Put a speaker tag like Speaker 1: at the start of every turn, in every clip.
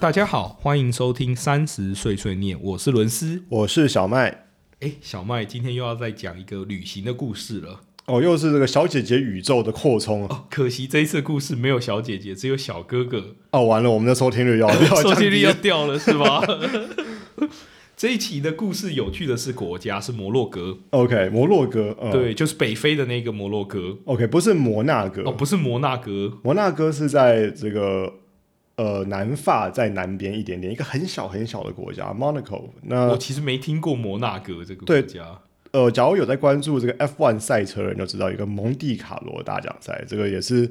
Speaker 1: 大家好，欢迎收听《三十岁碎念》，我是伦斯。
Speaker 2: 我是小麦。
Speaker 1: 哎，小麦，今天又要再讲一个旅行的故事了。
Speaker 2: 哦，又是这个小姐姐宇宙的扩充啊！
Speaker 1: 哦，可惜这一次故事没有小姐姐，只有小哥哥，
Speaker 2: 哦，完了，我们的收听率 要要
Speaker 1: 收
Speaker 2: 降
Speaker 1: 听率
Speaker 2: 低
Speaker 1: 要
Speaker 2: 了。
Speaker 1: 掉了是吧？ 这一期的故事有趣的是国家是摩洛哥，
Speaker 2: OK，摩洛哥，嗯、
Speaker 1: 对，就是北非的那个摩洛哥，
Speaker 2: ，OK，不是摩纳哥，
Speaker 1: 哦，不是摩纳哥，
Speaker 2: 摩纳哥是在这个呃南法在南边一点点，一个很小很小的国家，Monaco。
Speaker 1: 我
Speaker 2: 那
Speaker 1: 其实没听过摩纳哥这个国
Speaker 2: 对
Speaker 1: 家。
Speaker 2: 呃，假如有在关注这个 F1 赛车的人就知道，有一个蒙地卡罗大奖赛，这个也是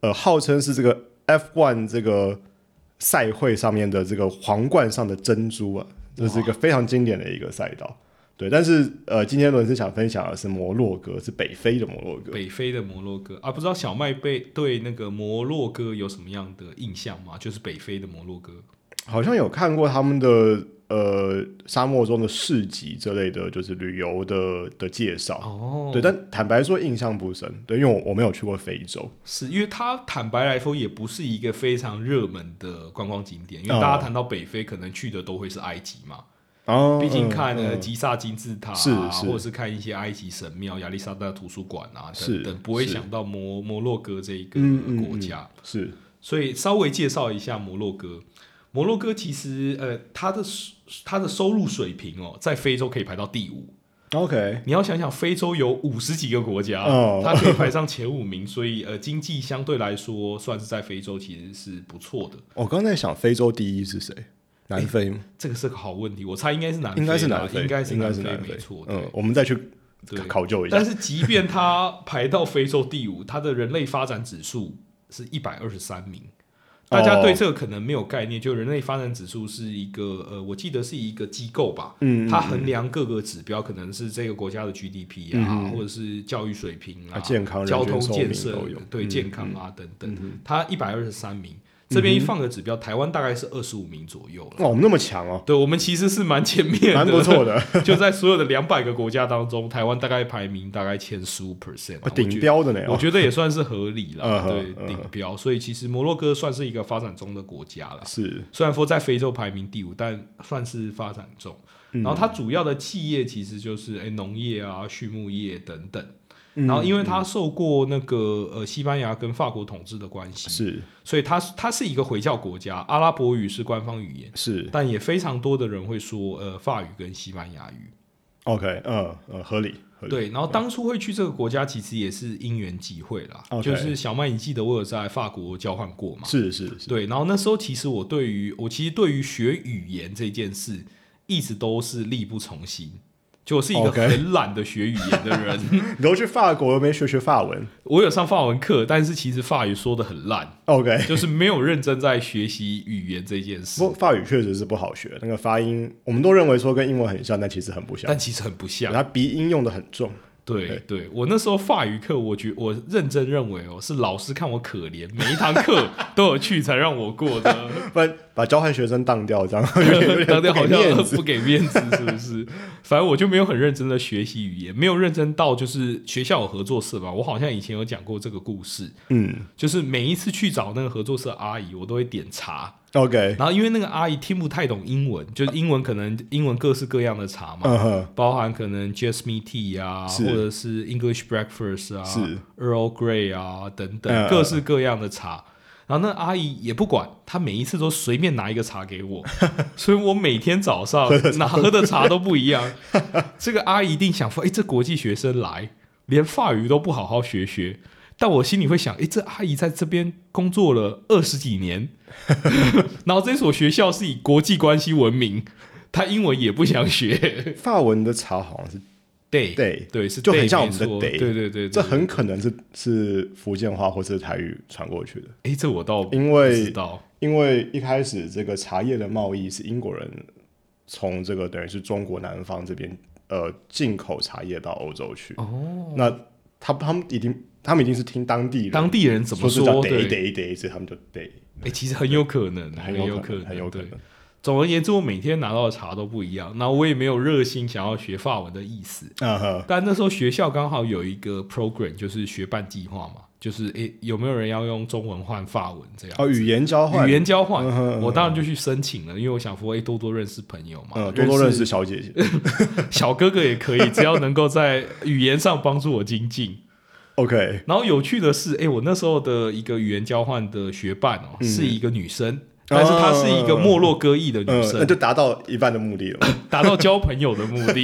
Speaker 2: 呃号称是这个 F1 这个赛会上面的这个皇冠上的珍珠啊，这是一个非常经典的一个赛道。对，但是呃，今天伦是想分享的是摩洛哥，是北非的摩洛哥。
Speaker 1: 北非的摩洛哥啊，不知道小麦被对那个摩洛哥有什么样的印象吗？就是北非的摩洛哥，
Speaker 2: 好像有看过他们的呃沙漠中的市集之类的，就是旅游的的介绍。
Speaker 1: 哦
Speaker 2: 对，但坦白说印象不深，对，因为我我没有去过非洲。
Speaker 1: 是因为它坦白来说也不是一个非常热门的观光景点，因为
Speaker 2: 哦
Speaker 1: 大家谈到北非，可能去的都会是埃及嘛，
Speaker 2: 哦，
Speaker 1: 毕竟
Speaker 2: 嗯
Speaker 1: 看了
Speaker 2: 嗯
Speaker 1: 吉萨金字塔、啊，
Speaker 2: 是是
Speaker 1: 或者是看一些埃及神庙、亚历山大图书馆啊等
Speaker 2: 是
Speaker 1: 等，不会
Speaker 2: 是
Speaker 1: 想到摩摩洛哥这一个
Speaker 2: 嗯嗯
Speaker 1: 国家。
Speaker 2: 是
Speaker 1: 所以稍微介绍一下摩洛哥。摩洛哥其实呃，它的它的收入水平哦，在非洲可以排到第五。
Speaker 2: OK，
Speaker 1: 你要想想，非洲有五十几个国家，
Speaker 2: 哦
Speaker 1: 它可以排上前五名，所以呃，经济相对来说算是在非洲其实是不错的。
Speaker 2: 我哦刚才在想非洲第一是谁？南非嗯吗？
Speaker 1: 这个是个好问题，我猜应该是南非吧，
Speaker 2: 应该是南非，
Speaker 1: 应该是
Speaker 2: 应该
Speaker 1: 南
Speaker 2: 是南
Speaker 1: 没错。
Speaker 2: 嗯，我们再去
Speaker 1: 对
Speaker 2: 考考究一下
Speaker 1: 但。是即便它排到非洲第五，它的人类发展指数是一百二十三名。
Speaker 2: 哦
Speaker 1: 大家对这个可能没有概念，就人类发展指数是一个呃，我记得是一个机构吧，
Speaker 2: 嗯，
Speaker 1: 它衡量各个指标，可能是这个国家的 GDP 啊，或者是教育水平啊、
Speaker 2: 啊健康人
Speaker 1: 交通
Speaker 2: 均寿
Speaker 1: 建
Speaker 2: 命
Speaker 1: 设
Speaker 2: 都有、嗯
Speaker 1: 对健康啊等等。它一百二十三名，这边一放个指标，台湾大概是二十五名左右了。
Speaker 2: 哇，我们那么强 哦，
Speaker 1: 对我们其实是蛮前面
Speaker 2: 蛮
Speaker 1: 的，
Speaker 2: 不错的，
Speaker 1: 就在所有的两百个国家当中，台湾大概排名大概前十五 percent，啊
Speaker 2: 哦 顶标的呢。
Speaker 1: 我觉得也算是合理啦，
Speaker 2: 嗯
Speaker 1: 对
Speaker 2: 嗯，嗯
Speaker 1: 顶标。所以其实摩洛哥算是一个发展中的国家了
Speaker 2: 哦，是
Speaker 1: 虽然说在非洲排名第五，但算是发展中。然后它主要的企业其实就是诶农业啊、畜牧业等等。然后因为它受过那个呃西班牙跟法国统治的关系，
Speaker 2: 是
Speaker 1: 所以它它是一个回教国家，阿拉伯语是官方语言，
Speaker 2: 是
Speaker 1: 但也非常多的人会说呃法语跟西班牙语。
Speaker 2: OK，嗯嗯，合理合理。
Speaker 1: 对，然后当初会去这个国家，其实也是因缘际会啦。
Speaker 2: OK
Speaker 1: 就是小麦，你记得我有在法国交换过嘛？
Speaker 2: 是是是，
Speaker 1: 对，然后那时候其实我对于我其实对于学语言这件事，一直都是力不从心。就我是一个
Speaker 2: OK
Speaker 1: 很懒得学语言的人，
Speaker 2: 你都去法国没学学法文
Speaker 1: 我有上法文课，但是其实法语说的很烂，
Speaker 2: ？OK，
Speaker 1: 就是没有认真在学习语言这件
Speaker 2: 不
Speaker 1: 事
Speaker 2: 过。法语确实是不好学，那个发音我们都认为说跟英文很像，但其实很不像
Speaker 1: 但，其实很不像，
Speaker 2: 它鼻音用的很重。
Speaker 1: 对
Speaker 2: 对
Speaker 1: 对，我那时候法语课，我觉我认真认为哦，是老师看我可怜，每一堂课 都有去才让我过的。
Speaker 2: 不然把交换学生当掉，这样 有点有
Speaker 1: 当
Speaker 2: 点
Speaker 1: 天好
Speaker 2: 不给面
Speaker 1: 像
Speaker 2: 子。
Speaker 1: 不给面子，是不 是？反正我就没有很认真的学习语言，没有认真到就是学校有合作社吧。我好像以前有讲过这个故事，
Speaker 2: 嗯
Speaker 1: 就是每一次去找那个合作社阿姨，我都会点茶，
Speaker 2: ，OK，
Speaker 1: 然后因为那个阿姨听不太懂英文，就是英文可能英文各式各样的茶嘛，
Speaker 2: 嗯哼，
Speaker 1: 包含可能 Jasmine Tea 啊，或
Speaker 2: 是
Speaker 1: 者是 English Breakfast 啊
Speaker 2: 是
Speaker 1: ，Earl Grey 啊等等、
Speaker 2: 嗯
Speaker 1: 各式各样的茶。然后那阿姨也不管，她每一次都随便拿一个茶给 我，所以我每天早上哪喝的茶都不一样。 这个阿姨一定想说，哎，这国际学生来，连法语都不好好学学。但我心里会想，哎，这阿姨在这边工作了二十几年， 然后这所学校是以国际关系闻名，她英文也不想学。
Speaker 2: 法文的茶好像是
Speaker 1: day
Speaker 2: 对，
Speaker 1: 对是
Speaker 2: 就很
Speaker 1: day，
Speaker 2: 像
Speaker 1: 没
Speaker 2: 我们的
Speaker 1: 错
Speaker 2: day
Speaker 1: 对对对，对
Speaker 2: 这很可能是是福建话或是台语传过去的，
Speaker 1: 诶，这我倒
Speaker 2: 因
Speaker 1: 不知
Speaker 2: 为
Speaker 1: 道
Speaker 2: 因为一开始这个茶叶的贸易是英国人从这个等于是中国南方这边呃进口茶叶到欧洲去，
Speaker 1: 哦，
Speaker 2: 那他他们一定他们一定是听当地人
Speaker 1: 当地人怎么
Speaker 2: 说是叫
Speaker 1: 对，诶，
Speaker 2: 得得得，所以他们就得，
Speaker 1: 其实很有可能，
Speaker 2: 很
Speaker 1: 有
Speaker 2: 可能，很有可
Speaker 1: 对
Speaker 2: 能。
Speaker 1: 总而言之，我每天拿到的茶都不一样，那我也没有热心想要学法文的意思。
Speaker 2: 嗯哼
Speaker 1: 但那时候学校刚好有一个 program，就是学办计划嘛，就是诶、有没有人要用中文换法文这样？
Speaker 2: 哦，语言交换，
Speaker 1: 语言交换
Speaker 2: 嗯哼嗯，哼
Speaker 1: 我当然就去申请了，因为我想说，哎，多多认识朋友嘛，
Speaker 2: 嗯，多多认
Speaker 1: 识
Speaker 2: 识小姐姐。
Speaker 1: 小哥哥也可以，只要能够在语言上帮助我精进。
Speaker 2: OK，
Speaker 1: 然后有趣的是，哎，我那时候的一个语言交换的学伴哦，
Speaker 2: 嗯
Speaker 1: 是一个女生，但是她是一个莫洛哥裔的
Speaker 2: 嗯
Speaker 1: 女，生
Speaker 2: 那，就达到一半的目的了。
Speaker 1: 达到交朋友的目 的，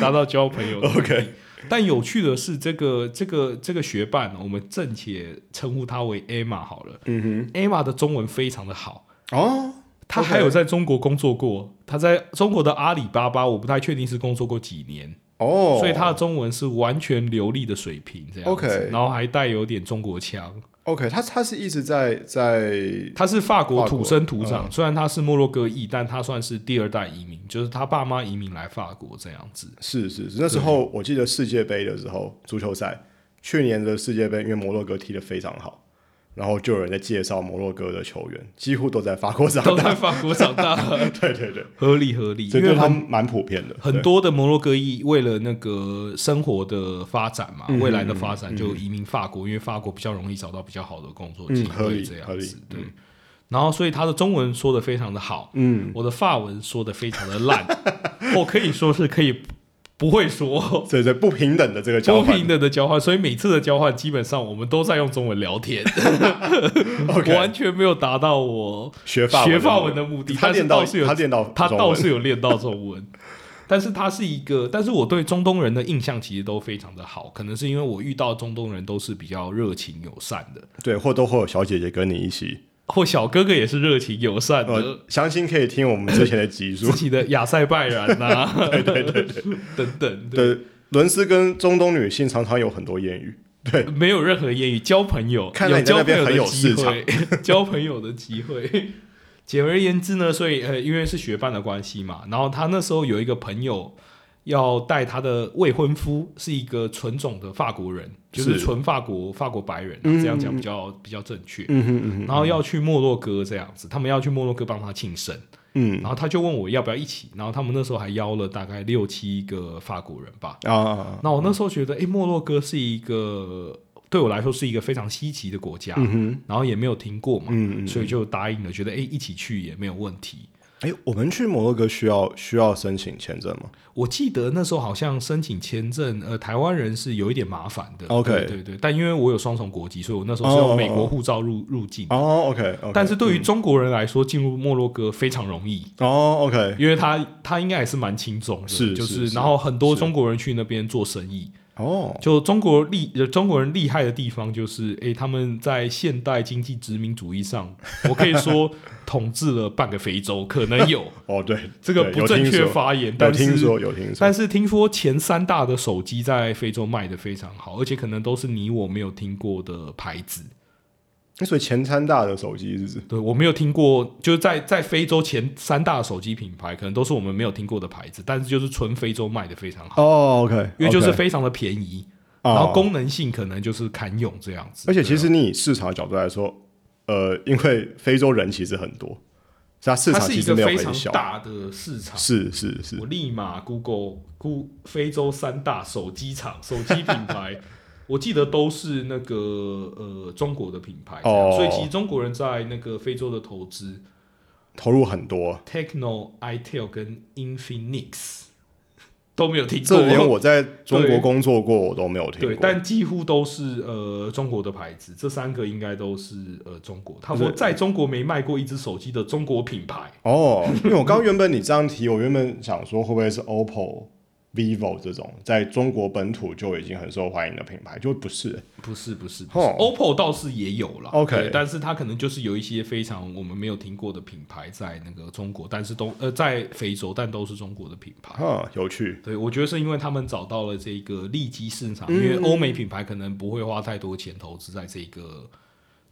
Speaker 1: 达到交朋友的目的。
Speaker 2: OK
Speaker 1: 但有趣的是，这个这个这个学伴，哦我们暂且称呼她为 Emma 好了。
Speaker 2: 嗯
Speaker 1: Emma 的中文非常的好，
Speaker 2: 哼，哦，
Speaker 1: 她
Speaker 2: OK
Speaker 1: 还有在中国工作过，她在中国的阿里巴巴，我不太确定是工作过几年，
Speaker 2: 哦，
Speaker 1: 所以她的中文是完全流利的水平这样子
Speaker 2: OK
Speaker 1: 然后还带有点中国腔。
Speaker 2: OK，他他是一直在在
Speaker 1: 她是法国
Speaker 2: 法国嗯
Speaker 1: 土生土长，虽然她是摩洛哥裔，但她算是第二代移民，就是她爸妈移民来法国这样子。
Speaker 2: 是是是，那时候我记得世界杯的时候，足球赛，去年的世界杯，因为摩洛哥踢得非常好，然后就有人在介绍摩洛哥的球员，几乎都在法国长
Speaker 1: 都
Speaker 2: 大。
Speaker 1: 在法国长大，
Speaker 2: 对对对，
Speaker 1: 合理合理，
Speaker 2: 所
Speaker 1: 因
Speaker 2: 以
Speaker 1: 为
Speaker 2: 对他
Speaker 1: 很
Speaker 2: 们蛮普遍的。
Speaker 1: 很
Speaker 2: 对
Speaker 1: 多的摩洛哥裔为了那个生活的发展嘛，
Speaker 2: 嗯
Speaker 1: 未来的发展就移民法国，因为法国比较容易找到比较好的工作机
Speaker 2: 嗯合
Speaker 1: 会，
Speaker 2: 理
Speaker 1: 这
Speaker 2: 合
Speaker 1: 样
Speaker 2: 理
Speaker 1: 子对。然后，所以他的中文说的非常的好，
Speaker 2: 嗯，
Speaker 1: 我的法文说的非常的烂， 我可以说是可以不会说。
Speaker 2: 所以在不平等的这个交
Speaker 1: 不
Speaker 2: 换
Speaker 1: 平等的交换，所以每次的交换基本上我们都在用中文聊 天，
Speaker 2: ，OK，
Speaker 1: 完全没有达到我
Speaker 2: 学法
Speaker 1: 学
Speaker 2: 文
Speaker 1: 法文的目的。
Speaker 2: 他
Speaker 1: 但是
Speaker 2: 练到
Speaker 1: 倒是有
Speaker 2: 他练到
Speaker 1: 他
Speaker 2: 中
Speaker 1: 倒
Speaker 2: 文
Speaker 1: 是有练到中文，但是他是一个，但是我对中东人的印象其实都非常的好，可能是因为我遇到中东人都是比较热情友善的，
Speaker 2: 对，或都会有小姐姐跟你一起。
Speaker 1: 或小哥哥也是热情友善的，
Speaker 2: 呃，相信可以听我们之前的集数
Speaker 1: 自，己的亚塞拜然呐、 对对对等等，对，
Speaker 2: 对，伦斯跟中东女性常常有很多艳遇。对，
Speaker 1: 没有任何言语，交朋友，
Speaker 2: 看来你在
Speaker 1: 交
Speaker 2: 那
Speaker 1: 朋
Speaker 2: 边
Speaker 1: 友
Speaker 2: 很
Speaker 1: 的
Speaker 2: 有
Speaker 1: 机
Speaker 2: 市场
Speaker 1: 会，交朋友的机会。简而言之呢，所以呃，因为是学伴的关系嘛，然后他那时候有一个朋友要带他的未婚夫，是一个纯种的法国人，就是
Speaker 2: 是
Speaker 1: 纯法国法国白人、啊，
Speaker 2: 嗯
Speaker 1: 这样讲比较比较正确。
Speaker 2: 嗯哼嗯哼，
Speaker 1: 然后要去摩洛哥这样子，他们要去摩洛哥帮他庆生，
Speaker 2: 嗯
Speaker 1: 然后他就问我要不要一起，然后他们那时候还邀了大概六七个法国人吧，
Speaker 2: 啊啊，啊
Speaker 1: 那我那时候觉得，哎、摩洛哥是一个对我来说是一个非常稀奇的国家，
Speaker 2: 嗯哼，
Speaker 1: 然后也没有听过嘛，
Speaker 2: 嗯嗯。
Speaker 1: 所以就答应了，觉得哎、诶一起去也没有问题。
Speaker 2: 哎，我们去摩洛哥需要需要申请签证吗？
Speaker 1: 我记得那时候好像申请签证，呃，台湾人是有一点麻烦的。
Speaker 2: OK
Speaker 1: 对对对，但因为我有双重国籍，所以我那时候是
Speaker 2: 哦哦
Speaker 1: 用
Speaker 2: 哦
Speaker 1: 美国护照入入境。
Speaker 2: 哦，OK，
Speaker 1: 但是对于中国人来说，进入摩洛哥非常容易，
Speaker 2: 哦，OK，
Speaker 1: 因为他他应该也是蛮轻松的，
Speaker 2: 是
Speaker 1: 就是
Speaker 2: 是
Speaker 1: 然后很多
Speaker 2: 是
Speaker 1: 中国人去那边做生意，
Speaker 2: 哦，
Speaker 1: 就中国厉呃中国人厉害的地方就是，诶、他们在现代经济殖民主义上， 我可以说统治了半个非洲，可能 有
Speaker 2: 哦，对，
Speaker 1: 这个
Speaker 2: 对
Speaker 1: 不正确，发言，
Speaker 2: 有
Speaker 1: 但
Speaker 2: 听
Speaker 1: 是
Speaker 2: 说有听说有听说，
Speaker 1: 但是听说前三大的手机在非洲卖的非常好，而且可能都是你我没有听过的牌子，
Speaker 2: 哎所以前三大的手机是指
Speaker 1: 对我没有听过，就是在在非洲前三大手机品牌，可能都是我们没有听过的牌子，但是就是纯非洲卖的非常好，
Speaker 2: 哦，OK，
Speaker 1: 因为就是
Speaker 2: OK，
Speaker 1: 非常的便宜，
Speaker 2: 哦
Speaker 1: 然后功能性可能就是堪用这样子，
Speaker 2: 而且其
Speaker 1: 对啊
Speaker 2: 实你以市场的角度来说，呃，因为非洲人其实很多，所以它市
Speaker 1: 它
Speaker 2: 场
Speaker 1: 是
Speaker 2: 其
Speaker 1: 一
Speaker 2: 实
Speaker 1: 个
Speaker 2: 没有
Speaker 1: 非
Speaker 2: 很
Speaker 1: 常
Speaker 2: 小，
Speaker 1: 大的市场。
Speaker 2: 是是是
Speaker 1: 我，立马 Google 估非洲三大手机厂、手机品 牌，我记得都是那个呃中国的品牌这样，
Speaker 2: 哦
Speaker 1: 所以其实中国人在那个非洲的投资
Speaker 2: 投入很多，
Speaker 1: ，Techno、itel 跟 Infinix 都没有听
Speaker 2: 这连
Speaker 1: 过。
Speaker 2: 我在中国
Speaker 1: 对
Speaker 2: 工作过我都没有 听
Speaker 1: 对，
Speaker 2: 过，
Speaker 1: 但几乎都是呃中国的牌子，这三个应该都是呃中国。他说
Speaker 2: 对
Speaker 1: 在中国没卖过一只手机的中国品牌，
Speaker 2: 哦，因为我刚原本你这样提，我原本想说会不会是 OPPO、vivo 这种在中国本土就已经很受欢迎的品牌，就不是
Speaker 1: 不是不是不是
Speaker 2: 哦
Speaker 1: ，OPPO 倒是也有啦
Speaker 2: OK
Speaker 1: 对但是它可能就是有一些非常我们没有听过的品牌在那个中国，但是都呃在非洲，但都是中国的品牌。
Speaker 2: 哈，啊有趣，
Speaker 1: 对，我觉得是因为他们找到了这个利基市
Speaker 2: 嗯
Speaker 1: 场，因为欧美品牌可能不会花太多钱投资在这个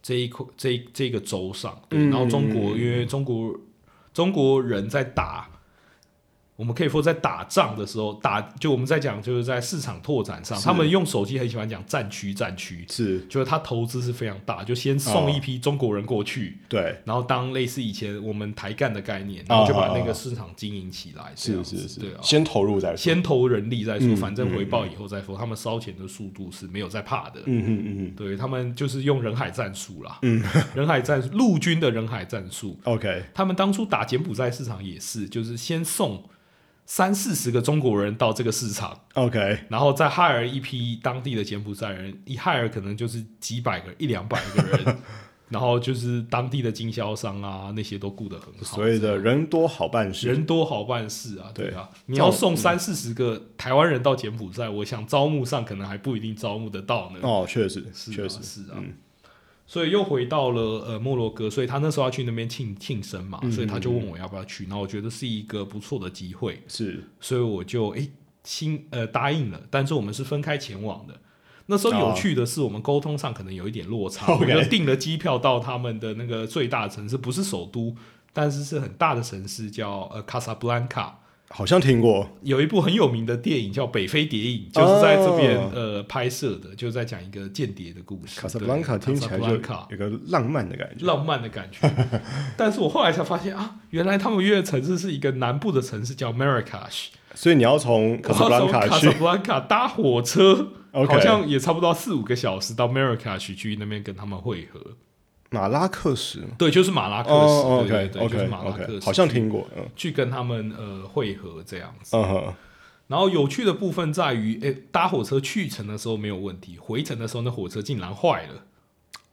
Speaker 1: 这一块这一这个州上，对，
Speaker 2: 嗯
Speaker 1: 然后中国因为中国中国人在打我们可以说在打仗的时候打，就我们在讲就是在市场拓展上，他们用手机很喜欢讲战区战区，
Speaker 2: 是
Speaker 1: 就是他投资是非常大，就先送一批中国人过去，
Speaker 2: 对，
Speaker 1: 然后当类似以前我们台干的概念，然后就把那个市场经营起来，这
Speaker 2: 是
Speaker 1: 样子
Speaker 2: 哦是是，
Speaker 1: 对啊。
Speaker 2: 先投入再说，
Speaker 1: 先投人力再说，
Speaker 2: 嗯
Speaker 1: 反正回报以后再说。他们烧钱的速度是没有在怕的，
Speaker 2: 嗯嗯嗯嗯
Speaker 1: 对他们就是用人海战术啦，嗯，人海战术，陆军的人海战术，
Speaker 2: ，OK，
Speaker 1: 他们当初打柬埔寨市场也是，就是先送三四十个中国人到这个市场，
Speaker 2: OK，
Speaker 1: 然后再 hire 一批当地的柬埔寨人，一 hire 可能就是几百个、一两百个 人，然后就是当地的经销商啊那些都顾得很好，
Speaker 2: 所以的人多好办事，
Speaker 1: 人多好办事啊，
Speaker 2: 对
Speaker 1: 对啊，你要送三四十个台湾人到柬埔寨，我想招募上可能还不一定招募得到呢。
Speaker 2: 哦，确实，
Speaker 1: 是
Speaker 2: 确
Speaker 1: 啊，
Speaker 2: 实，
Speaker 1: 是啊。
Speaker 2: 嗯
Speaker 1: 所以又回到了呃摩洛哥，所以他那时候要去那边庆庆生嘛，
Speaker 2: 嗯
Speaker 1: 所以他就问我要不要去，然后我觉得是一个不错的机会，
Speaker 2: 是
Speaker 1: 所以我就诶心呃答应了，但是我们是分开前往的。那时候有趣的是，我们沟通上可能有一点落差，
Speaker 2: 哦 OK
Speaker 1: 我就订了机票到他们的那个最大城市，不是首都，但是是很大的城市，叫呃卡萨布兰卡。
Speaker 2: 好像听过，
Speaker 1: 有一部很有名的电影叫《北非谍影》，就是在这边、
Speaker 2: 哦
Speaker 1: 呃拍摄的，就是在讲一个间谍的故事。
Speaker 2: 卡萨布兰卡
Speaker 1: 对
Speaker 2: 听起来就
Speaker 1: Casablanca，
Speaker 2: 有个浪漫的感觉，
Speaker 1: 浪漫的感 觉。但是我后来才发现啊，原来他们约的城市是一个南部的城市叫 Marrakesh，
Speaker 2: 所以你要从卡萨布
Speaker 1: 我要
Speaker 2: 兰
Speaker 1: 从
Speaker 2: 卡
Speaker 1: 卡
Speaker 2: 去
Speaker 1: 萨布兰卡搭火车
Speaker 2: OK
Speaker 1: 好像也差不多四五个小时到 Marrakesh 去那边跟他们会合。
Speaker 2: 马拉克什吗，
Speaker 1: 对，就是马拉克什，
Speaker 2: 哦
Speaker 1: 对对对
Speaker 2: ，OK
Speaker 1: 就是马拉克什
Speaker 2: OK，OK，好像听过，嗯
Speaker 1: 去跟他们呃会合这样子。
Speaker 2: 嗯哼，
Speaker 1: 然后有趣的部分在于，诶，搭火车去程的时候没有问题，回程的时候那火车竟然坏了，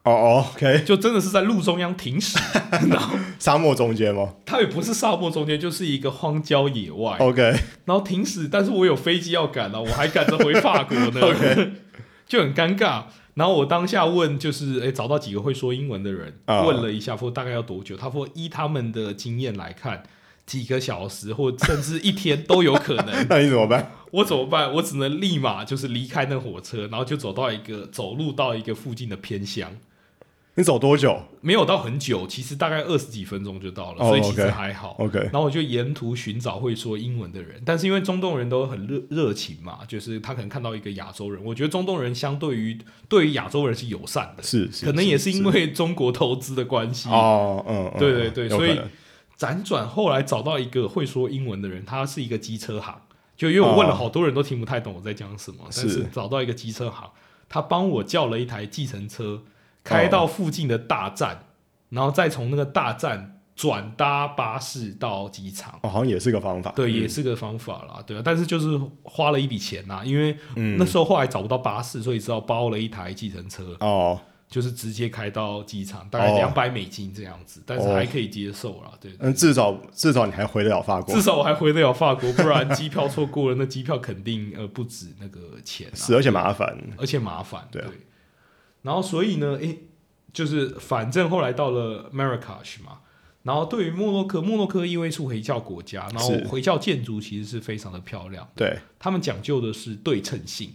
Speaker 2: 哦哦，OK，
Speaker 1: 就真的是在路中央停驶。 然后
Speaker 2: 沙漠中间吗
Speaker 1: 它也不是沙漠中间，就是一个荒郊野外，
Speaker 2: ？OK，
Speaker 1: 然后停驶。但是我有飞机要赶了、啊我还赶着回法国 呢就很尴尬。然后我当下问，就是诶，找到几个会说英文的人，
Speaker 2: 啊
Speaker 1: 问了一下，说大概要多久？他说依他们的经验来看，几个小时或甚至一天都有可 能。
Speaker 2: 那你怎么办？
Speaker 1: 我怎么办？我只能立马就是离开那火车，然后就走到一个走路到一个附近的偏乡，
Speaker 2: 你走多久
Speaker 1: 没有到很久，其实大概二十几分钟就到了，
Speaker 2: 哦
Speaker 1: 所以其实
Speaker 2: OK
Speaker 1: 还好。
Speaker 2: ？OK，
Speaker 1: 然后我就沿途寻找会说英文的人，但是因为中东人都很热热情嘛，就是他可能看到一个亚洲人，我觉得中东人相对于对于亚洲人是友善的，
Speaker 2: 是是，
Speaker 1: 可能也是因为中国投资的关系。
Speaker 2: 哦，嗯，嗯
Speaker 1: 对对对
Speaker 2: 有可能
Speaker 1: 所辗转后来找到一个会说英文的人，他是一个机车行，就因为我问了好多人都听不太懂我在讲什么，但
Speaker 2: 哦是
Speaker 1: 是找到一个机车行，他帮我叫了一台计程车，开
Speaker 2: 哦
Speaker 1: 到附近的大站，然后再从那个大站转搭巴士到机场。
Speaker 2: 哦，好像也是个方法，
Speaker 1: 对，
Speaker 2: 嗯
Speaker 1: 也是个方法啦，对啊，但是就是花了一笔钱呐、因为
Speaker 2: 嗯
Speaker 1: 那时候后来找不到巴士，所以只好包了一台计程车，
Speaker 2: 哦，
Speaker 1: 就是直接开到机场，大概
Speaker 2: 哦
Speaker 1: 两百美金这样子，但是还可以接受啦，对对
Speaker 2: 嗯，至少至少你还回得了法国
Speaker 1: 至，少我还回得了法国，不然机票错过了，那机票肯定呃不止那个钱、啊，
Speaker 2: 是，而且麻烦，
Speaker 1: 而且麻烦。
Speaker 2: 对啊
Speaker 1: 然后所以呢，诶、就是反正后来到了 Marrakesh 嘛，然后对于摩洛哥，摩洛哥因为是回教国家，然后
Speaker 2: 是
Speaker 1: 回教建筑其实是非常的漂亮，
Speaker 2: 对，
Speaker 1: 他们讲究的是对称性，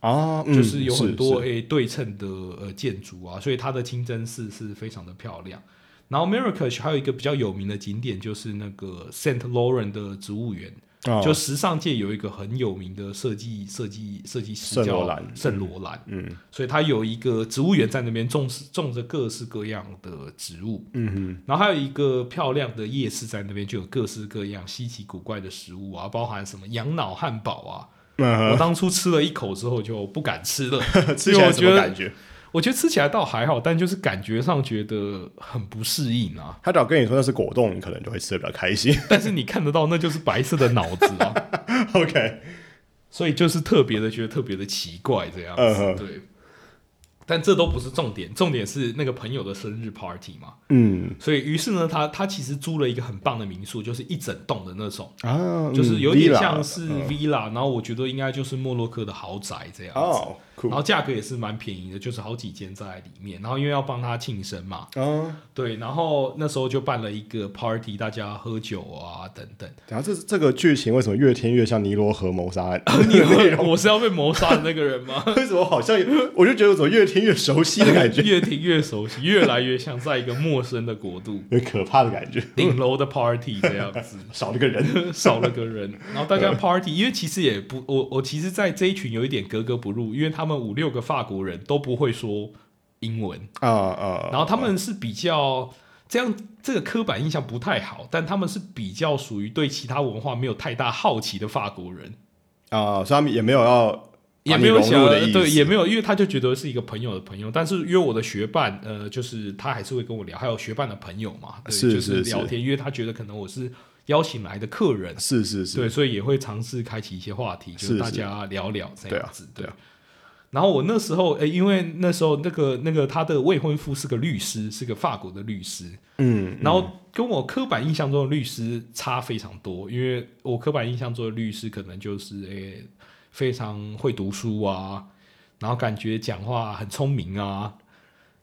Speaker 2: 啊，嗯
Speaker 1: 就是有很多
Speaker 2: 是
Speaker 1: 诶、对称的呃建筑啊，所以它的清真寺是非常的漂亮。然后 Marrakesh 还有一个比较有名的景点就是那个 Saint Laurent 的植物园。
Speaker 2: 哦
Speaker 1: 就时尚界有一个很有名的设计设计设计师
Speaker 2: 圣
Speaker 1: 叫
Speaker 2: 罗兰
Speaker 1: 圣罗兰，
Speaker 2: 嗯
Speaker 1: 所以他有一个植物园在那边种种着各式各样的植物，
Speaker 2: 嗯哼
Speaker 1: 然后还有一个漂亮的夜市在那边，就有各式各样稀奇古怪的食物啊，包含什么羊脑汉堡啊，
Speaker 2: 嗯
Speaker 1: 我当初吃了一口之后就不敢吃了，
Speaker 2: 哼，吃起来什么感觉？
Speaker 1: 我觉得吃起来倒还好，但就是感觉上觉得很不适应啊。
Speaker 2: 他只要跟你说那是果冻，你可能就会吃的比较开心。
Speaker 1: 但是你看得到，那就是白色的脑子啊。
Speaker 2: OK，
Speaker 1: 所以就是特别的觉得特别的奇怪这样子，
Speaker 2: 嗯哼
Speaker 1: 对。但这都不是重点，重点是那个朋友的生日 party 嘛。
Speaker 2: 嗯
Speaker 1: 所以于是呢，他他其实租了一个很棒的民宿，就是一整栋的那种，
Speaker 2: 啊，
Speaker 1: 就是
Speaker 2: 嗯
Speaker 1: 有点
Speaker 2: Villa，
Speaker 1: 像是
Speaker 2: 嗯
Speaker 1: villa，、然后我觉得应该就是摩洛哥的豪宅这样子。
Speaker 2: 哦，酷
Speaker 1: 然后价格也是蛮便宜的，就是好几间在里面。然后因为要帮他庆生嘛，
Speaker 2: 啊，
Speaker 1: 对，然后那时候就办了一个 party，大家喝酒啊等 等。
Speaker 2: 然后这这个剧情为什么越听越像尼罗河谋杀案？
Speaker 1: 你 会
Speaker 2: 哦
Speaker 1: 我是要被谋杀的那个人吗？
Speaker 2: 为什么好像我就觉得我怎么越听越熟悉的 感觉，
Speaker 1: 越听越熟悉，越来越像在一个陌生的国 度，
Speaker 2: 有点可怕的感觉，
Speaker 1: 顶楼的 party 这样 子。
Speaker 2: 少了个人。
Speaker 1: 少了个人，然后大家 party，因为其实也不，我我其实，在这一群有一点格格不入，因为他们五六个法国人都不会说英文，
Speaker 2: 啊啊！
Speaker 1: 然后他们是比较这样，这个刻板印象不太好，但他们是比较属于对其他文化没有太大好奇的法国人，
Speaker 2: 啊，所以他们也没有要
Speaker 1: 也没有
Speaker 2: 啊把你
Speaker 1: 想
Speaker 2: 融
Speaker 1: 要
Speaker 2: 入的意思，
Speaker 1: 对，也没有，因为他就觉得是一个朋友的朋友，但是约我的学伴，呃，就是他还是会跟我聊，还有学伴的朋友嘛，对，
Speaker 2: 是
Speaker 1: 就是
Speaker 2: 是
Speaker 1: 聊天，因为他觉得可能我是邀请来的客人，
Speaker 2: 是是是，
Speaker 1: 对，所以也会尝试开启一些话题，就是
Speaker 2: 是
Speaker 1: 大家聊聊这
Speaker 2: 对
Speaker 1: 样
Speaker 2: 啊
Speaker 1: 子，
Speaker 2: 对啊
Speaker 1: 然后我那时候，诶，因为那时候那个那个他的未婚夫是个律师，是个法国的律师，
Speaker 2: 嗯，
Speaker 1: 然后跟我刻板印象中的律师差非常多，因为我刻板印象中的律师可能就是诶、非常会读书啊，然后感觉讲话很聪明啊，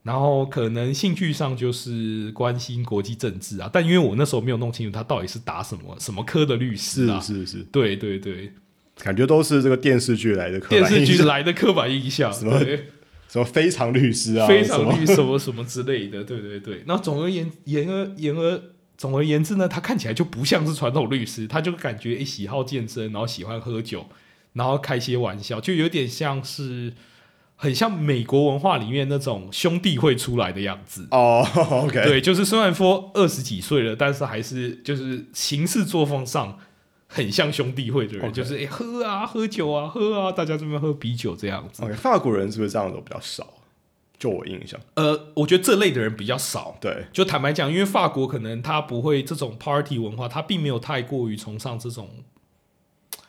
Speaker 1: 然后可能兴趣上就是关心国际政治啊，但因为我那时候没有弄清楚他到底是打什么什么科的律师
Speaker 2: 是
Speaker 1: 啊，
Speaker 2: 是是，
Speaker 1: 对对对，
Speaker 2: 感觉都是这个电视剧来的刻板
Speaker 1: 电视
Speaker 2: 印
Speaker 1: 剧
Speaker 2: 象
Speaker 1: 来的刻板印象，
Speaker 2: 什么
Speaker 1: 对。
Speaker 2: 什么非常律师啊，
Speaker 1: 非
Speaker 2: 什
Speaker 1: 常
Speaker 2: 么
Speaker 1: 绿什么什么之类的，对对对。那总而言言而言而总而言之呢，他看起来就不像是传统律师，他就感觉诶、喜好健身，然后喜欢喝酒，然后开一些玩笑，就有点像是很像美国文化里面那种兄弟会出来的样子。
Speaker 2: 哦 ，OK，
Speaker 1: 对，就是虽然说二十几岁了，但是还是就是行事作风上很像兄弟会的人
Speaker 2: OK
Speaker 1: 就是、诶喝啊喝酒啊喝啊，大家这边喝啤酒这样子。
Speaker 2: OK，法国人是不是这样的比较少？就我印象，
Speaker 1: 呃，我觉得这类的人比较少，
Speaker 2: 对，
Speaker 1: 就坦白讲，因为法国可能他不会这种 party 文化，他并没有太过于崇尚这种，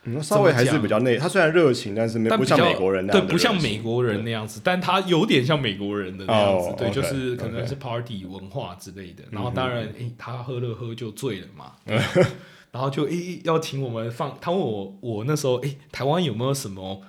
Speaker 2: 嗯稍微还是比较内，他虽然热情，但是没
Speaker 1: 但
Speaker 2: 不
Speaker 1: 比较
Speaker 2: 像美国人那
Speaker 1: 对，
Speaker 2: 样的热情，
Speaker 1: 不像美国人那样子，但他有点像美国人的那样子，
Speaker 2: 哦
Speaker 1: 对
Speaker 2: OK，
Speaker 1: 就是可能
Speaker 2: OK 嗯
Speaker 1: 是 party 文化之类的。然后当然，诶，他喝了喝就醉了 嘛，然后就诶要请我们放，他问我我那时候诶，台湾有没有什么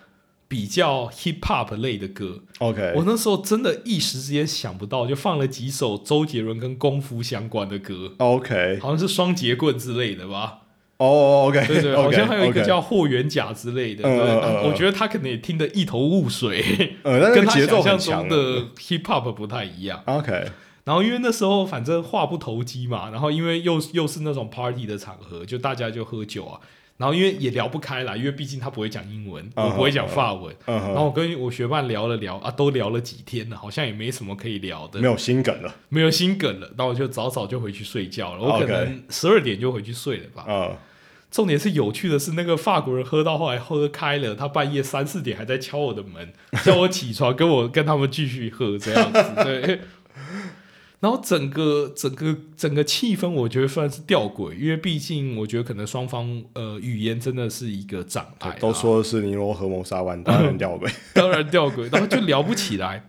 Speaker 1: 比较 hip hop 类的歌？
Speaker 2: OK，
Speaker 1: 我那时候真的一时之间想不到，就放了几首周杰伦跟功夫相关的歌。
Speaker 2: OK，
Speaker 1: 好像是双节棍之类的 吧？
Speaker 2: 哦，OK，
Speaker 1: 对对，
Speaker 2: OK，
Speaker 1: 好像还有一个
Speaker 2: OK
Speaker 1: 叫霍元甲之类的。
Speaker 2: 嗯
Speaker 1: 对
Speaker 2: 嗯
Speaker 1: 那
Speaker 2: 嗯嗯
Speaker 1: 我觉得他可能也听得一头雾水，
Speaker 2: 呃，那那
Speaker 1: 跟
Speaker 2: 个
Speaker 1: 他
Speaker 2: 节奏
Speaker 1: 想象中
Speaker 2: 很强啊
Speaker 1: 的 hip hop 不太一样。
Speaker 2: OK，
Speaker 1: 然后因为那时候反正话不投机嘛，然后因为又又是那种 party 的场合，就大家就喝酒啊。然后因为也聊不开啦，因为毕竟他不会讲英文，
Speaker 2: 嗯
Speaker 1: 我不会讲
Speaker 2: 嗯
Speaker 1: 法文。
Speaker 2: 嗯
Speaker 1: 然
Speaker 2: 哼，
Speaker 1: 后我跟我学伴聊了聊啊，都聊了几天了，好像也没什么可以聊的
Speaker 2: 没，有新梗了，
Speaker 1: 没有新梗了。那我就早早就回去睡觉了，我可
Speaker 2: OK
Speaker 1: 能十二点就回去睡了吧。
Speaker 2: 嗯，
Speaker 1: 重点是有趣的是，那个法国人喝到后来喝开了，他半夜三四点还在敲我的门， 叫我起床，跟我跟他们继续喝这样子。对， 然后整个整个整个气氛，我觉得算是吊诡，因为毕竟我觉得可能双方呃语言真的是一个障碍啊，
Speaker 2: 都说是尼罗河谋杀案，当然吊诡，
Speaker 1: 当然吊诡，然后就聊不起来。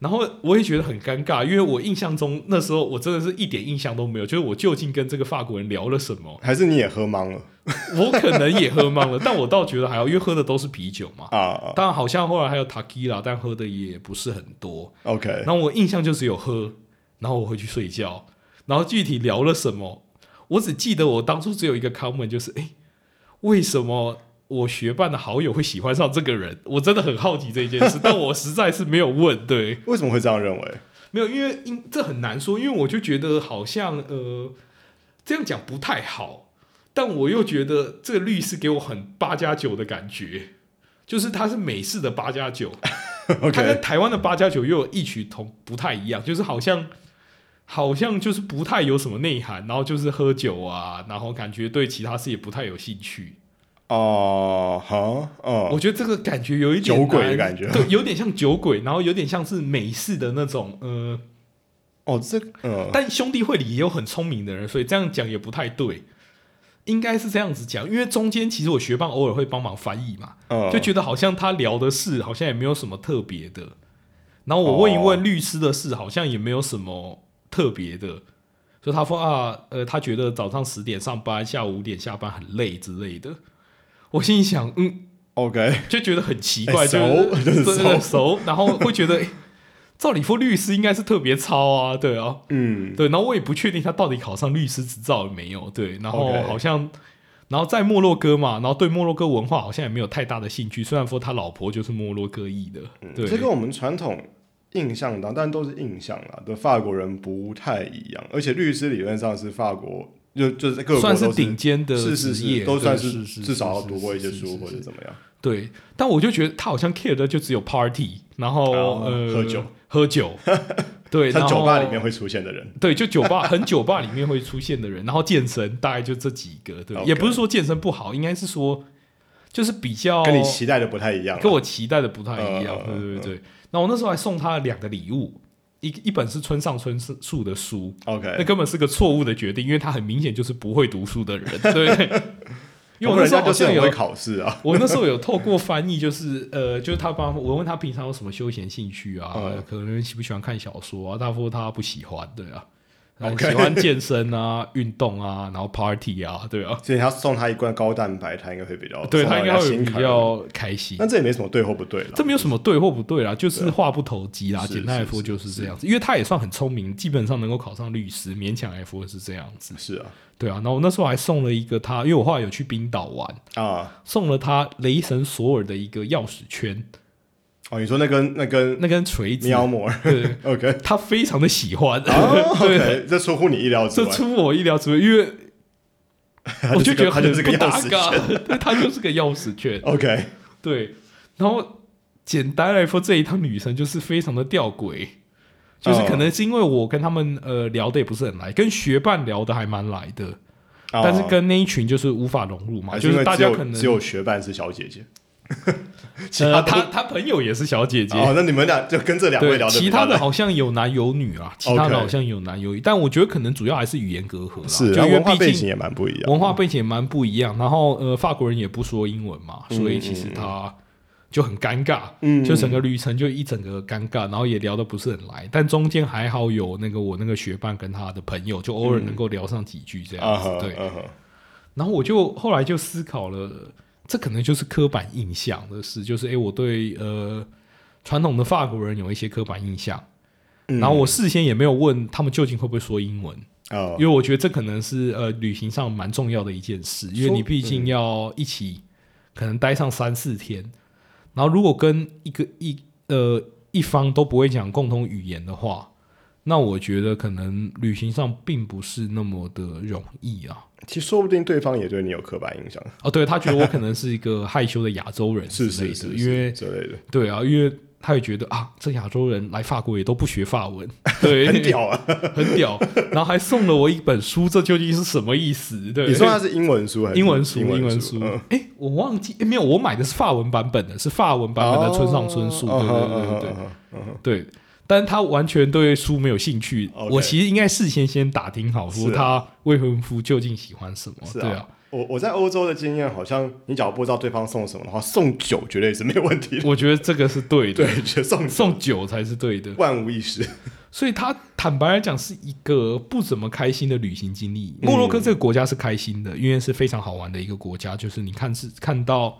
Speaker 1: 然后我也觉得很尴尬，因为我印象中那时候我真的是一点印象都没有，就是我究竟跟这个法国人聊了什么，
Speaker 2: 还是你也喝懵了
Speaker 1: 我可能也喝懵了，但我倒觉得还好，因为喝的都是啤酒嘛。
Speaker 2: 啊啊
Speaker 1: 当然，好像后来还有 tequila，但喝的也不是很多。
Speaker 2: ？OK，
Speaker 1: 然后我印象就只有喝，然后我回去睡觉，然后具体聊了什么，我只记得我当初只有一个 comment，就是诶，为什么我学伴的好友会喜欢上这个人？我真的很好奇这件事，但我实在是没有问。对，
Speaker 2: 为什么会这样认为？
Speaker 1: 没有，因为因这很难说，因为我就觉得好像呃，这样讲不太好，但我又觉得这个律师给我很八加九的感觉，就是他是美式的八加九，他
Speaker 2: OK，
Speaker 1: 跟台湾的八加九又有异曲同不太一样，就是好像好像就是不太有什么内涵，然后就是喝酒啊，然后感觉对其他事也不太有兴趣，
Speaker 2: 哦，好，哦，
Speaker 1: 我觉得这个感觉有一点
Speaker 2: 酒鬼的
Speaker 1: 难
Speaker 2: 感觉
Speaker 1: 对，有点像酒鬼，然后有点像是美式的那种呃。
Speaker 2: 哦，这个，嗯，
Speaker 1: 但兄弟会里也有很聪明的人，所以这样讲也不太对。应该是这样子讲，因为中间其实我学伴偶尔会帮忙翻译嘛，
Speaker 2: 嗯
Speaker 1: 就觉得好像他聊的事好像也没有什么特别的，然后我问一问律师的事，好像也没有什么特别的，所以他说啊，呃，他觉得早上十点上班，下午五点下班很累之类的。我心里想，嗯，
Speaker 2: OK，
Speaker 1: 就觉得很奇怪，
Speaker 2: 哎
Speaker 1: 就
Speaker 2: 熟
Speaker 1: 是
Speaker 2: 就是
Speaker 1: 对对对
Speaker 2: 熟
Speaker 1: 熟，然后会觉得，哎照理说律师应该是特别超啊，对啊，
Speaker 2: 嗯，
Speaker 1: 对，然后我也不确定他到底考上律师执照了没有，对，然后
Speaker 2: OK
Speaker 1: 好像。然后在摩洛哥嘛，然后对摩洛哥文化好像也没有太大的兴趣。虽然说他老婆就是摩洛哥裔的，对，
Speaker 2: 嗯这跟我们传统印象当然都是印象啦的法国人不太一样，而且律师理论上是法国就就是在各国
Speaker 1: 算
Speaker 2: 都
Speaker 1: 是顶尖的
Speaker 2: 是是
Speaker 1: 职
Speaker 2: 是
Speaker 1: 业，
Speaker 2: 都算
Speaker 1: 对
Speaker 2: 是
Speaker 3: 是
Speaker 2: 至少要
Speaker 3: 是
Speaker 2: 读过一些
Speaker 3: 是
Speaker 2: 书
Speaker 3: 是
Speaker 2: 或者
Speaker 3: 是
Speaker 2: 怎么样。
Speaker 1: 对，但我就觉得他好像 care 的就只有 party，然后、
Speaker 2: 哦
Speaker 1: 呃
Speaker 2: 喝酒
Speaker 1: 喝 酒，对，
Speaker 2: 在
Speaker 1: 然
Speaker 2: 酒
Speaker 1: 后
Speaker 2: 吧里面会出现的人，
Speaker 1: 对，就酒吧 很酒吧里面会出现的人，然后健身大概就这几个，对
Speaker 2: OK
Speaker 1: 也不是说健身不好，应该是说就是比较
Speaker 2: 跟你期待的不太一样啊。
Speaker 1: 跟哦我期待的不太一样，
Speaker 2: 嗯
Speaker 1: 对对对。那、我那时候还送他两个礼物，一一本是村上春树的书，那
Speaker 2: OK，
Speaker 1: 根本是个错误的决定，因为他很明显就是不会读书 的人，对。因为我
Speaker 2: 要不
Speaker 1: 那
Speaker 2: 然人
Speaker 1: 时候
Speaker 2: 家
Speaker 1: 好
Speaker 2: 就是
Speaker 1: 像
Speaker 2: 很
Speaker 1: 有
Speaker 2: 会考试啊。
Speaker 1: 我那时候有透过翻译，就是呃，就是他帮我问他平常有什么休闲兴趣啊，
Speaker 2: 嗯
Speaker 1: 可能喜不喜欢看小说啊，他说他不喜欢，对啊。
Speaker 2: OK
Speaker 1: 喜欢健身啊、运动啊，然后 party 啊，对啊，
Speaker 2: 所以他送他一罐高蛋白，他应该会比较
Speaker 1: 对
Speaker 2: 哦送
Speaker 1: 他
Speaker 2: 到
Speaker 1: 应该
Speaker 2: 人家
Speaker 1: 会
Speaker 2: 心
Speaker 1: 比
Speaker 2: 坎
Speaker 1: 较开心。
Speaker 2: 但这也没什么对或不对了。
Speaker 1: 这没有什么对或不对啦，就是话不投机啦。
Speaker 2: 啊是
Speaker 1: 简单来
Speaker 2: 是
Speaker 1: 说
Speaker 2: 是
Speaker 1: 就是这样子，因为他也算很聪明，基本上能够考上律师，勉强来说是这样子。
Speaker 2: 是啊
Speaker 1: 对啊，然后我那时候还送了一个他，因为我后来有去冰岛玩，
Speaker 2: 啊
Speaker 1: 送了他雷神索尔的一个钥匙圈，
Speaker 2: 哦，你说那根那根
Speaker 1: 那根锤子，
Speaker 2: 喵魔
Speaker 1: 对，
Speaker 2: ，OK，
Speaker 1: 他非常的喜欢，
Speaker 2: 哦
Speaker 1: 对，
Speaker 2: ，OK，这出乎你意料之
Speaker 1: 这
Speaker 2: 外，
Speaker 1: 出我意料之外，因为我
Speaker 2: 就是
Speaker 1: 觉得
Speaker 2: 个 他
Speaker 1: 很
Speaker 2: 就是个
Speaker 1: 不
Speaker 2: 钥
Speaker 1: 搭
Speaker 2: 匙
Speaker 1: 嘎，对，他就是个钥匙 圈，
Speaker 2: OK，
Speaker 1: 对，然后简单来说，这一趟旅程就是非常的吊诡。就是
Speaker 2: 嗯
Speaker 1: 可能是因为我跟他们呃聊的也不是很来，跟学伴聊的还蛮来的，
Speaker 2: 哦
Speaker 1: 但是跟那一群就是无法融入嘛，
Speaker 2: 还
Speaker 1: 就是
Speaker 2: 因为
Speaker 1: 大
Speaker 2: 只
Speaker 1: 家
Speaker 2: 有
Speaker 1: 可能
Speaker 2: 只有学伴是小姐姐， 其
Speaker 1: 呃他
Speaker 2: 他他
Speaker 1: 他朋友也是小姐姐，
Speaker 2: 哦，那你们俩就跟这两位
Speaker 1: 对
Speaker 2: 聊，得比
Speaker 1: 其
Speaker 2: 较
Speaker 1: 他的
Speaker 2: 来
Speaker 1: 好像有男有女啊，其他的
Speaker 2: OK
Speaker 1: 好像有男有女，但我觉得可能主要还是语言隔阂啦，
Speaker 2: 是，
Speaker 1: 就因
Speaker 2: 然后
Speaker 1: 为
Speaker 2: 文化
Speaker 1: 毕
Speaker 2: 背景
Speaker 1: 竟
Speaker 2: 也蛮不一样，
Speaker 1: 文化背景也蛮不一样，然后呃法国人也不说英文嘛，所以其实他就很尴尬，
Speaker 2: 嗯
Speaker 1: 就整个旅程就一整个尴尬，然后也聊得不是很来，但中间还好有那个我那个学伴跟他的朋友，就偶尔能够聊上几句这
Speaker 2: 啊
Speaker 1: 样子。
Speaker 2: 哈，
Speaker 1: 对，
Speaker 2: 啊哈
Speaker 1: 然后我就后来就思考了，这可能就是刻板印象的事，就是诶，我对呃传统的法国人有一些刻板印象，
Speaker 2: 嗯
Speaker 1: 然后我事先也没有问他们究竟会不会说英文，
Speaker 2: 哦
Speaker 1: 因为我觉得这可能是呃旅行上蛮重要的一件事，因为
Speaker 2: 说
Speaker 1: 你毕竟要一起可能待上三四天，然后如果跟一个一呃一方都不会讲共同语言的话，那我觉得可能旅行上并不是那么的容易啊。
Speaker 2: 其实说不定对方也对你有刻板印象，
Speaker 1: 哦，对他觉得我可能是一个害羞的亚洲人之
Speaker 2: 是
Speaker 1: 类的，
Speaker 2: 是是，
Speaker 1: 因为
Speaker 2: 之类的，
Speaker 1: 对啊，因为他也觉得啊，这亚洲人来法国也都不学法 文，对，
Speaker 2: 很，屌啊！
Speaker 1: 很屌，然后还送了我一本书，这究竟是什么意思？ 对，
Speaker 2: 你说它是英文书还是
Speaker 1: 英文书，
Speaker 2: 呃英
Speaker 1: 英文
Speaker 2: 书
Speaker 1: 书？哎、
Speaker 2: 嗯
Speaker 1: 我忘记、诶没有，我买的是法文版本的，是法文版本的村上春树，
Speaker 2: 哦
Speaker 1: 对对
Speaker 2: 嗯
Speaker 1: 对对
Speaker 2: 哼
Speaker 1: 对
Speaker 2: 嗯哼嗯哼
Speaker 1: 对。但他完全对书没有兴趣
Speaker 2: OK
Speaker 1: 我其实应该事先先打听好，说
Speaker 2: 是啊
Speaker 1: 他未婚夫究竟喜欢什么，
Speaker 2: 是
Speaker 1: 对
Speaker 2: 啊，我我在欧洲的经验，好像你只要不知道对方送什么的话，送酒绝对是没有问 题的。
Speaker 1: 我觉得这个是对的，
Speaker 2: 对，觉得送
Speaker 1: 送酒才是对的。
Speaker 2: 万无一失。
Speaker 1: 所以他坦白来讲是一个不怎么开心的旅行经历。
Speaker 2: 嗯
Speaker 1: 摩洛哥这个国家是开心的，因为是非常好玩的一个国家，就是你看是看到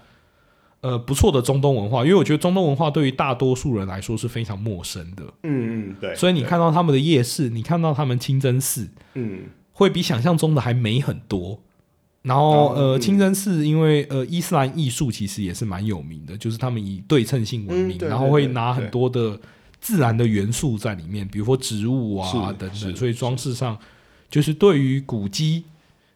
Speaker 1: 呃不错的中东文化，因为我觉得中东文化对于大多数人来说是非常陌生的，
Speaker 2: 嗯嗯，对。
Speaker 1: 所以你
Speaker 2: 对，
Speaker 1: 看到他们的夜市，你看到他们清真寺，
Speaker 2: 嗯，
Speaker 1: 会比想象中的还美很多。然后
Speaker 2: 哦
Speaker 1: 呃，
Speaker 2: 嗯
Speaker 1: 清真寺因为呃伊斯兰艺术其实也是蛮有名的，就是他们以对称性闻名
Speaker 2: 嗯，对
Speaker 1: 然后会拿很多的自然的元素在里面，比如说植物啊
Speaker 2: 是
Speaker 1: 等
Speaker 2: 是
Speaker 1: 等，所以装饰上就是对于古迹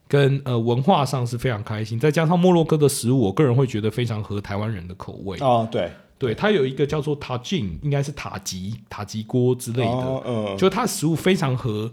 Speaker 1: 跟呃文化上是非常开心。再加上摩洛哥的食物，我个人会觉得非常合台湾人的口味。
Speaker 2: 哦，对，
Speaker 1: 对，它有一个叫做塔吉，应该是塔吉塔吉锅之类的，
Speaker 2: 哦，嗯，
Speaker 1: 就它的食物非常合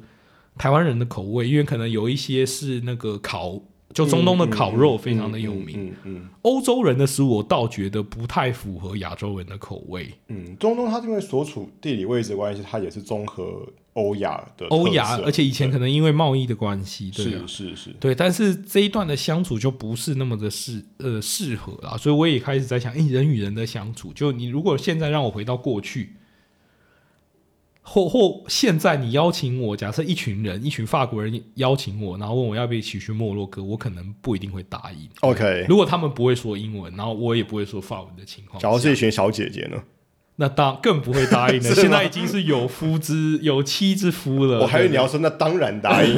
Speaker 1: 台湾人的口味，因为可能有一些是那个烤，就中东的烤肉非常的有名。
Speaker 2: 嗯嗯
Speaker 1: 欧洲人的食物我倒觉得不太符合亚洲人的口味，
Speaker 2: 嗯嗯，中东它因为所处地理位置的关系，它也是综合欧亚呃的特色
Speaker 1: 欧亚，而且以前可能因为贸易的关系，对啊
Speaker 2: 是是是，
Speaker 1: 对，但是这一段的相处就不是那么的适呃适合啦，所以我也开始在想，哎、人与人的相处，就你如果现在让我回到过去，或或现在你邀请我，假设一群人，一群法国人邀请我，然后问我要不要一起去莫洛哥，我可能不一定会答应。
Speaker 2: OK，
Speaker 1: 如果他们不会说英文，然后我也不会说法文的情况
Speaker 2: 假如是
Speaker 1: 下，
Speaker 2: 一群小姐姐呢？
Speaker 1: 那当更不会答应
Speaker 2: 是
Speaker 1: 了。
Speaker 2: 吗
Speaker 1: 现在已经是有夫之有妻之夫了。
Speaker 2: 我还以为你
Speaker 1: 对
Speaker 2: 要说那当然答应。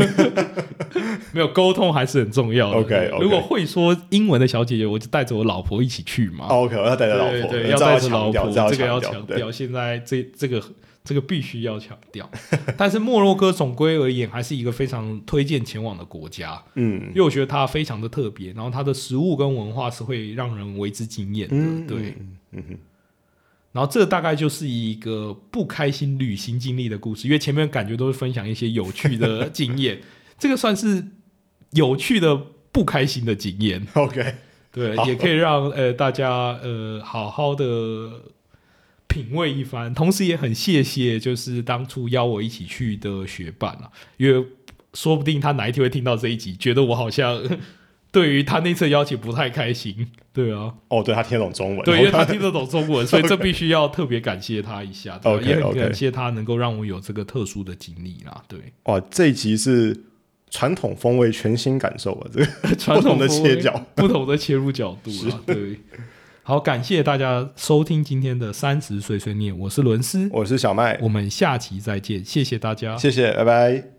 Speaker 1: 没有沟通还是很重要的。
Speaker 2: OK，OK
Speaker 1: 如果会说英文的小姐姐，我就带着我老婆一起去嘛。
Speaker 2: OK，我要哦带着老
Speaker 1: 对
Speaker 2: 婆，呃
Speaker 1: 对，
Speaker 2: 这
Speaker 1: 要带
Speaker 2: 要
Speaker 1: 着老
Speaker 2: 强调，
Speaker 1: 婆，
Speaker 2: 要
Speaker 1: 这个要
Speaker 2: 强
Speaker 1: 强
Speaker 2: 对，
Speaker 1: 调。现在这这个这个必须要强调。但是摩洛哥总归而言还是一个非常推荐前往的国家，
Speaker 2: 嗯
Speaker 1: 因为我觉得它非常的特别，然后它的食物跟文化是会让人为之惊艳的。
Speaker 2: 嗯，
Speaker 1: 对，
Speaker 2: 嗯，嗯哼，
Speaker 1: 然后这大概就是一个不开心旅行经历的故事，因为前面感觉都是分享一些有趣的经验， 这个算是有趣的不开心的经验，
Speaker 2: OK，
Speaker 1: 对，
Speaker 2: 好
Speaker 1: 也可以让呃大家呃好好的品味一番，同时也很谢谢就是当初邀我一起去的学伴啊，因为说不定他哪一天会听到这一集，觉得我好像 对于他那次邀请不太开心，对啊，
Speaker 2: 哦，对他听得懂中文，
Speaker 1: 对，因为他听得懂中文，所以这必须要特别感谢他一下，对吧
Speaker 2: OK，
Speaker 1: 也很
Speaker 2: OK
Speaker 1: 感谢他能够让我有这个特殊的经历啦。 对，
Speaker 2: 哦哇，这一集是传统风味，全新感受啊，这个
Speaker 1: 传统
Speaker 2: 的
Speaker 1: 风味
Speaker 2: 切，角，
Speaker 1: 不同的切入角度啦。对，好，感谢大家收听今天的三十碎碎念，我是伦斯，
Speaker 2: 我是小麦，
Speaker 1: 我们下期再见，谢谢大家，
Speaker 2: 谢谢，拜拜。